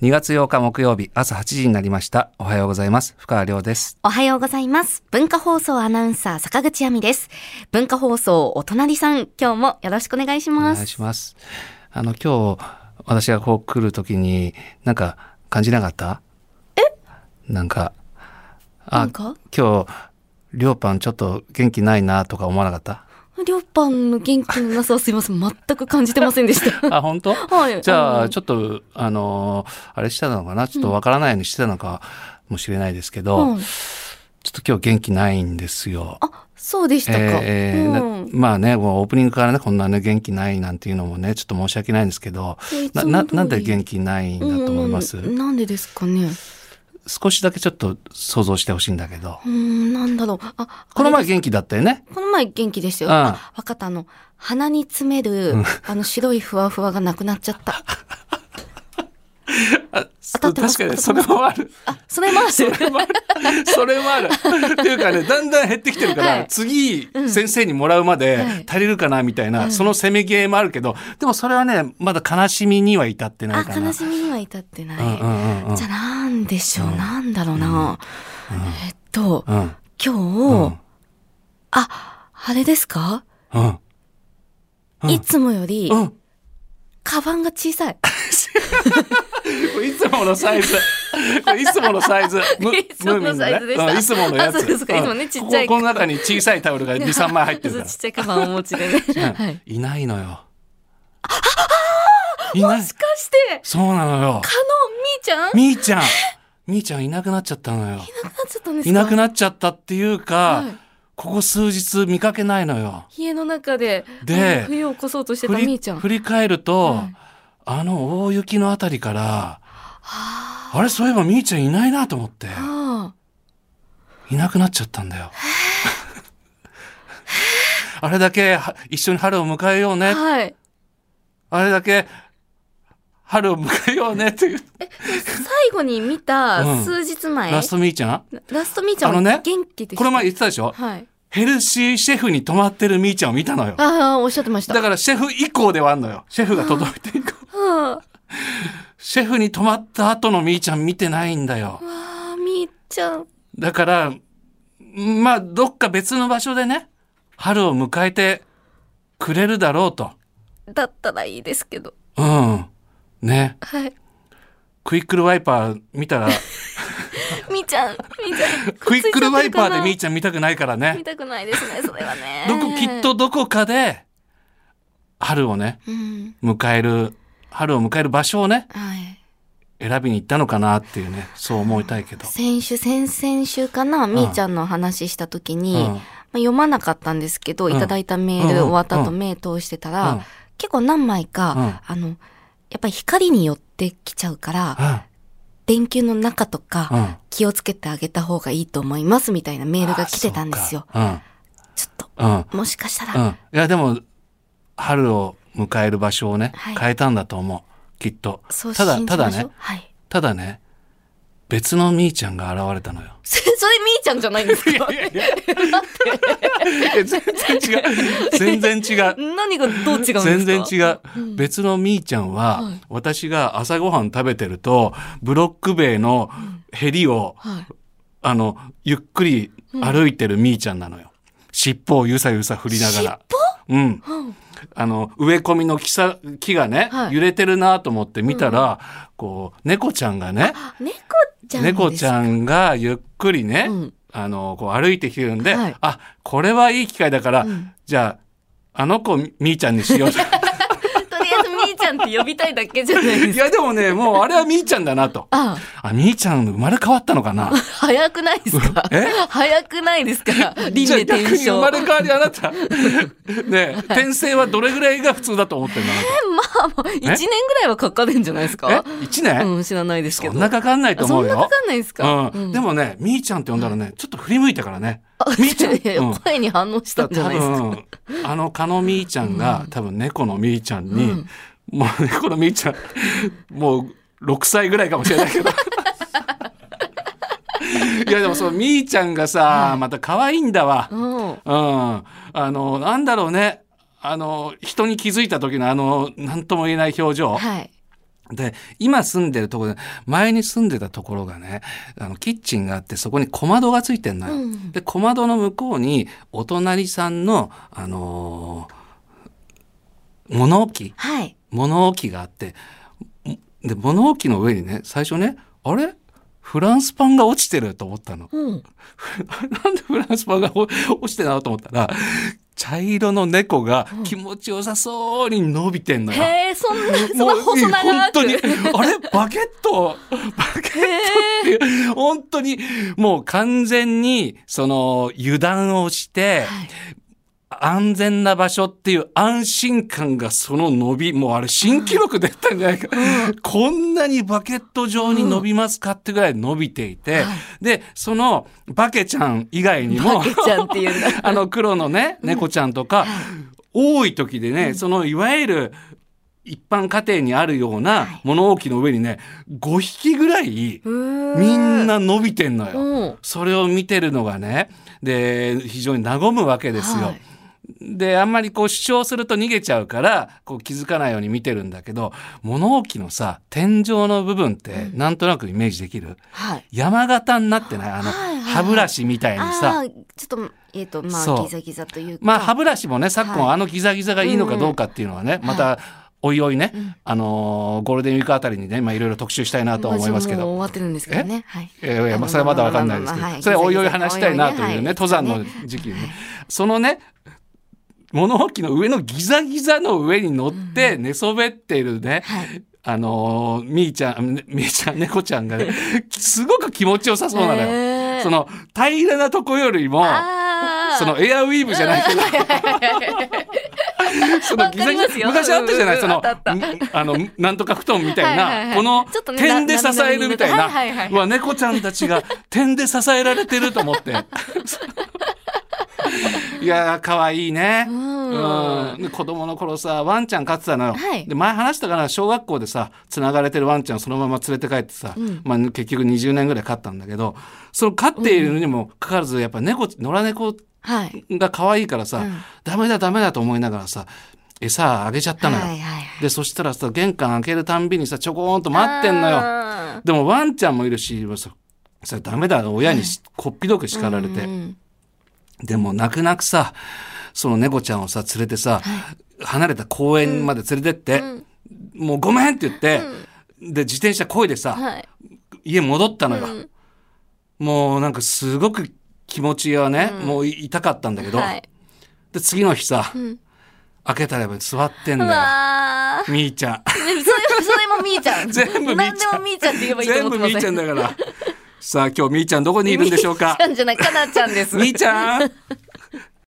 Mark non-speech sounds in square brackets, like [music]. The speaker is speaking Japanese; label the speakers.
Speaker 1: 2月8日木曜日朝8時になりました。おはようございます。深川亮です。
Speaker 2: おはようございます。文化放送アナウンサー坂口亜美です。文化放送お隣さん、今日もよろしくお願いし
Speaker 1: お
Speaker 2: ま
Speaker 1: 願い
Speaker 2: す。
Speaker 1: します。あの、今日、私がこう来るときに、なんか感じなかったえなんか、
Speaker 2: な
Speaker 1: あ
Speaker 2: ん、か、
Speaker 1: 今日、亮パンちょっと元気ないなとか思わなかった
Speaker 2: りょうぱんの元気のなさをすいません。全く感じてませんでした。
Speaker 1: [laughs] あ、本当
Speaker 2: [laughs] はい。
Speaker 1: じゃあ、
Speaker 2: の
Speaker 1: ちょっと、あのーあれしてたのかなちょっとわからないようにしてたのかもしれないですけど、
Speaker 2: はい
Speaker 1: ちょっと今日元気ないんですよ。
Speaker 2: あ、そうでしたか。
Speaker 1: えーえー
Speaker 2: う
Speaker 1: だ
Speaker 2: ん
Speaker 1: まあね、もうオープニングからね、こんなね、元気ないなんていうのもね、ちょっと申し訳ないんですけど、な、ななんで元気ないんだと思います、
Speaker 2: うんなんでですかね。
Speaker 1: 少しだけちょっと想像してほしいんだけど、
Speaker 2: うん、なんだろう。あ、
Speaker 1: この前
Speaker 2: あれです
Speaker 1: 元気だったよね。
Speaker 2: この前元気でしたよ。
Speaker 1: うん
Speaker 2: あ、わかった。あの、鼻に詰める、あの白いふわふわがなくなっちゃった。当たってます
Speaker 1: 確かに、それもあ
Speaker 2: [laughs]
Speaker 1: る。
Speaker 2: あ、それます。
Speaker 1: それもある。っていうかね、だんだん減ってきてるから、
Speaker 2: はい
Speaker 1: 次、先生にもらうまで
Speaker 2: はい
Speaker 1: 足りるかな、みたいな、そのせめぎ合いもあるけど、でもそれはね、まだ悲しみには至ってない
Speaker 2: あ、
Speaker 1: かな。
Speaker 2: 悲しみには至ってない。
Speaker 1: うんうんうんうん
Speaker 2: じゃあなんでしょう、なんだろうな。えっと、
Speaker 1: うん。
Speaker 2: 今日、
Speaker 1: うん。
Speaker 2: あ、あれですか、
Speaker 1: うん。うん
Speaker 2: いつもより、
Speaker 1: うん。
Speaker 2: カバンが
Speaker 1: [laughs]
Speaker 2: 小さい。
Speaker 1: これいつものサイズ。これいつものサイズ。ム
Speaker 2: いつもの
Speaker 1: ムーミン
Speaker 2: サイズでした
Speaker 1: うんいつものやつ。
Speaker 2: あそうですかいつもね
Speaker 1: うん
Speaker 2: ちっちゃい
Speaker 1: こここの中に小さいタオルが2、3枚入ってる
Speaker 2: そ
Speaker 1: か
Speaker 2: う
Speaker 1: ら
Speaker 2: ちっちゃいカバンをお持ちでね。
Speaker 1: うん
Speaker 2: はい。。
Speaker 1: いないのよ。いない
Speaker 2: もし。かして、
Speaker 1: そうなのよ。
Speaker 2: カノンみーちゃんい
Speaker 1: みーちゃん。みーちゃんいなくなっちゃったのよ。
Speaker 2: なくなっちゃったんですか
Speaker 1: いなく
Speaker 2: っ
Speaker 1: なっちゃったっていうか、
Speaker 2: はい
Speaker 1: ここ数日見かけないのよ。
Speaker 2: 家の中で、
Speaker 1: で
Speaker 2: あの冬を越そうとしてた
Speaker 1: 振
Speaker 2: みー
Speaker 1: り
Speaker 2: ちゃん。
Speaker 1: 振り返ると、
Speaker 2: はい
Speaker 1: あの大雪のあたりから、
Speaker 2: は
Speaker 1: あれそういえばみーちゃんいないなと思って、
Speaker 2: あ。
Speaker 1: いなくなっちゃったんだよ。 [laughs] あれだけは一緒に春を迎えようね。
Speaker 2: はい。
Speaker 1: あれだけ春を迎えようねっていう。
Speaker 2: 最後に見
Speaker 1: う
Speaker 2: た
Speaker 1: ん
Speaker 2: 数日前、
Speaker 1: ラストみーちゃん
Speaker 2: ララストみーちゃん
Speaker 1: あの
Speaker 2: は
Speaker 1: ね
Speaker 2: 元気でした。
Speaker 1: この前言ってたでしょ
Speaker 2: はい。
Speaker 1: ヘルシーシェフに泊まってるみーちゃんを見たのよ。
Speaker 2: ああ、おっしゃってました。
Speaker 1: だからシェフ以降ではあんのよ。シェフが届いて以降。
Speaker 2: は
Speaker 1: シェフに泊まった後のみーちゃん見てないんだよ
Speaker 2: あ、。わあ、みーちゃん。
Speaker 1: だから、まあ、どっか別の場所でね、春を迎えてくれるだろうと。
Speaker 2: だったらいいですけど。
Speaker 1: うん。ね。
Speaker 2: はい。
Speaker 1: クイックルワイパー見
Speaker 2: [laughs]
Speaker 1: たら、
Speaker 2: みーちゃん、みーち
Speaker 1: [laughs]
Speaker 2: ゃん。
Speaker 1: クイックルワイパーでみー
Speaker 2: ち
Speaker 1: ちゃん見たくないから
Speaker 2: ゃ見
Speaker 1: ね。
Speaker 2: たくないですね、それはね。
Speaker 1: どこ、きっと。どこかで、春をね、
Speaker 2: うん。
Speaker 1: 迎える、春を迎える場所をね、
Speaker 2: はい。
Speaker 1: 選びに行ったのかなっていうね、そう思いたいけど。
Speaker 2: 先週、先々週かな、みーちゃんの話した時に、
Speaker 1: うん
Speaker 2: まあ、読まなかったんですけど、
Speaker 1: うん
Speaker 2: いただいたメー
Speaker 1: うん
Speaker 2: ル終わった後
Speaker 1: う
Speaker 2: 目通してた
Speaker 1: うん
Speaker 2: ら、結構何枚か、あの、やっぱり光によってきちゃうから、電球の中と
Speaker 1: う
Speaker 2: か
Speaker 1: ん。うん。
Speaker 2: 気をつけてあげた方がいいと思いますみたいなメールが来てたんですよ。
Speaker 1: あ。
Speaker 2: ちょっと、
Speaker 1: そうかうん。うん。
Speaker 2: もしかしたら、
Speaker 1: うん。いや、でも、春を迎える場所をね、
Speaker 2: はい
Speaker 1: 変えたんだと思う。きっと。
Speaker 2: そう
Speaker 1: ただ、
Speaker 2: 信じ
Speaker 1: た
Speaker 2: ま
Speaker 1: だ
Speaker 2: しょう
Speaker 1: ね、
Speaker 2: はい。 [laughs]
Speaker 1: ただね、別のみーちゃんが現れたのよ。
Speaker 2: それ、それみーちゃんじゃないんですか
Speaker 1: 全然違う。全然違う。
Speaker 2: [laughs] 何がどう違うんですか
Speaker 1: 全然違
Speaker 2: う。
Speaker 1: う。別のみーちゃんは、
Speaker 2: はい
Speaker 1: 私が朝ごはん食べてると、ブロック塀のヘりを、
Speaker 2: はい。
Speaker 1: あの、ゆっくり歩いてるみーちゃんなのよ。尻尾をゆさゆさ振りながら。うん。
Speaker 2: うん
Speaker 1: あの、植え込みの木さ木がね、
Speaker 2: はい
Speaker 1: 揺れてるなと思って見たら、こう、猫ちゃんがね、
Speaker 2: あ、猫ちゃんです。
Speaker 1: 猫ちゃんがゆっくりね、
Speaker 2: うん
Speaker 1: あの、こう歩いてきてるんで、
Speaker 2: はい
Speaker 1: あ、これはいい機会だから、
Speaker 2: うん
Speaker 1: じゃあ、あの子みみーちゃんにしようと。
Speaker 2: とりあえずみーちゃんって呼びたいだけじゃ [laughs] ないで
Speaker 1: い
Speaker 2: すか。
Speaker 1: や、でもね、もうあれはみーちゃんだなと。
Speaker 2: あ、
Speaker 1: あ、みーちゃん生まれ変わったのかな
Speaker 2: 早くないですか
Speaker 1: え
Speaker 2: 早くないですか輪
Speaker 1: じゃあ
Speaker 2: 廻
Speaker 1: 逆
Speaker 2: 転
Speaker 1: に
Speaker 2: 生。
Speaker 1: 生まれ変わりあなた。ねえ、転生はどれぐらいが普通だと思ってるの
Speaker 2: 1年ぐらいはかかるんじゃないです
Speaker 1: あな
Speaker 2: か
Speaker 1: たえ ?1 年、
Speaker 2: うん、知らないですけ
Speaker 1: そ
Speaker 2: ど。
Speaker 1: んなかかんないと思うよ。
Speaker 2: そんなかかんないですか
Speaker 1: うん
Speaker 2: うん
Speaker 1: でもね、みーちゃんって呼んだらね、ちょっと振り向いたからね。みーちゃん。
Speaker 2: [laughs] いやいや
Speaker 1: うん
Speaker 2: 声に反応したんじゃないですか。
Speaker 1: 多分あの蚊のみーちゃんが、多分猫のみーちゃんに、もう猫のみーちゃんもう6歳ぐらいかもしれない
Speaker 2: [laughs]
Speaker 1: けどいやでもそのみーちゃんがさ、また可愛いんだわ、うん
Speaker 2: うん。
Speaker 1: あのなんだろうねあの人に気づいた時のあの何とも言えない表情、
Speaker 2: はい。
Speaker 1: で、今住んでるところで、前に住んでたところがね、あの、キッチンがあって、そこに小窓がついてんのよ。
Speaker 2: うん
Speaker 1: で、小窓の向こうに、お隣さんの、あのー物置
Speaker 2: はい。
Speaker 1: 物置があって、んで、物置の上にね、最初ね、あれフランスパンが落ちてると思ったの。 [laughs]
Speaker 2: うん。
Speaker 1: なんでフランスパンがお落ちてるなと思ったら、茶色の猫が気持ちよさそうに伸びてんのよ。
Speaker 2: へえ、そんな、そん
Speaker 1: も
Speaker 2: な
Speaker 1: う
Speaker 2: 細長
Speaker 1: 本当
Speaker 2: く。
Speaker 1: に、
Speaker 2: へ
Speaker 1: あれバケット、バケット
Speaker 2: え。
Speaker 1: っていう、本当に、もう完全に、その、油断をして、
Speaker 2: はい
Speaker 1: 安全な場所っていう安心感がその伸び、もうあれ新記録出たんじゃないか。こんなにバケット状に伸びますかってぐらい伸びていて、
Speaker 2: はい
Speaker 1: で、そのバケちゃん以外にも
Speaker 2: バ、ケちゃんっていうんだ。
Speaker 1: [laughs] あの黒のね、猫ちゃんとか、多い時でね、そのいわゆる一般家庭にあるような物置の上にね、5匹ぐらいみ
Speaker 2: み
Speaker 1: ん。な伸びてんのよ。
Speaker 2: うん。
Speaker 1: それを見てるのがね、で、非常に和むわけですよ。
Speaker 2: はい
Speaker 1: で、あんまりこう主張すると逃げちゃうから、こう気づかないように見てるんだけど、物置のさ、天井の部分ってなんとなくイメージできる、
Speaker 2: はい。
Speaker 1: 山形になってないあの、
Speaker 2: はいはいはい
Speaker 1: 歯ブラシみたいに
Speaker 2: あ
Speaker 1: さ、
Speaker 2: あー、ちょっと、えっと、ま
Speaker 1: そう
Speaker 2: あ、ギザギザというか。
Speaker 1: まあ歯ブラシもね、昨今、
Speaker 2: はい
Speaker 1: あのギザギザがいいのかどうかっていうのはね、また、おいおいね、
Speaker 2: うん
Speaker 1: あのーゴールデンウィークあたりにね、まあいろいろ特集したいなと思いますけ
Speaker 2: まあもう
Speaker 1: ど。
Speaker 2: 終わってるんですけどね。はい。
Speaker 1: いやいやまあそれはまだわかんないですけ
Speaker 2: まあまあま
Speaker 1: ど、
Speaker 2: あまあはい
Speaker 1: それはおいおい話したいなと
Speaker 2: お
Speaker 1: い
Speaker 2: いお
Speaker 1: う
Speaker 2: い
Speaker 1: ね、
Speaker 2: ね
Speaker 1: 登山の時期にね。そのね、物置の上のギザギザの上に乗って寝そべっているね、
Speaker 2: はい。
Speaker 1: あのーみーちゃん、ねみーちゃん、猫ちゃんが
Speaker 2: [laughs]
Speaker 1: ね、すごく気持ちよさそうなのよ。
Speaker 2: へー
Speaker 1: その、平らなとこよりも、
Speaker 2: あー
Speaker 1: そのエアウィーブじゃないけど、そのギザギ
Speaker 2: わかります
Speaker 1: ザ、
Speaker 2: よ
Speaker 1: 昔あったじゃない、
Speaker 2: うん
Speaker 1: そ
Speaker 2: うん
Speaker 1: の
Speaker 2: あったあっ、
Speaker 1: あの、なんとか布団みたい
Speaker 2: はいはいは
Speaker 1: な、
Speaker 2: い
Speaker 1: この
Speaker 2: ちょっとね
Speaker 1: 点で支えるみたい
Speaker 2: な斜めにねはいはいは
Speaker 1: な、
Speaker 2: いう
Speaker 1: わ、猫ちゃんたちが点で支えられてると思
Speaker 2: [laughs]
Speaker 1: って。いやー、可愛いね。
Speaker 2: うん
Speaker 1: うんで子供の頃さ、ワンちゃん飼ってたのよ。
Speaker 2: はい
Speaker 1: で、前話したかな、小学校でさ、繋がれてるワンちゃんそのまま連れて帰ってさ、
Speaker 2: うん
Speaker 1: まあ結局20年ぐらい飼ったんだけど、その飼っているのにもかかわらず、やっぱ猫、野良猫
Speaker 2: はい。
Speaker 1: が可愛いからさ、
Speaker 2: うん
Speaker 1: ダメだダメだと思いながらさ餌あげちゃったのよ、
Speaker 2: はいはいはい。
Speaker 1: でそしたらさ玄関開けるたんびにさちょこーんと待ってんのよ
Speaker 2: よ。
Speaker 1: でもワンちゃんもいるしそそれダメだ親にしこっぴどく叱られて、
Speaker 2: うんうん
Speaker 1: でも泣く泣くさその猫ちゃんをさ連れてさ、離れた公園まで連れてって、もうごめんって言って、で自転車こいでさ、
Speaker 2: はい。
Speaker 1: 家戻ったのよ、
Speaker 2: うん
Speaker 1: もうなんかすごく気持ちはね、もう痛かったんだけど、
Speaker 2: はい。
Speaker 1: で次の日さ、
Speaker 2: ん
Speaker 1: 開けたらやっぱ座ってん
Speaker 2: う
Speaker 1: だよ
Speaker 2: わー。
Speaker 1: みーちゃん。
Speaker 2: それ、それもみーちゃ
Speaker 1: [laughs]
Speaker 2: ん。
Speaker 1: 全部みーちゃん
Speaker 2: 何で [laughs] もみーちゃんって言えばいいと
Speaker 1: 全
Speaker 2: 思
Speaker 1: 部
Speaker 2: って
Speaker 1: み
Speaker 2: ます。
Speaker 1: ーちゃんだから。さあ、今日みーちゃんどこにいるんでしょうか
Speaker 2: [laughs] みーちゃんじゃない、かなちゃんです。
Speaker 1: みーちゃん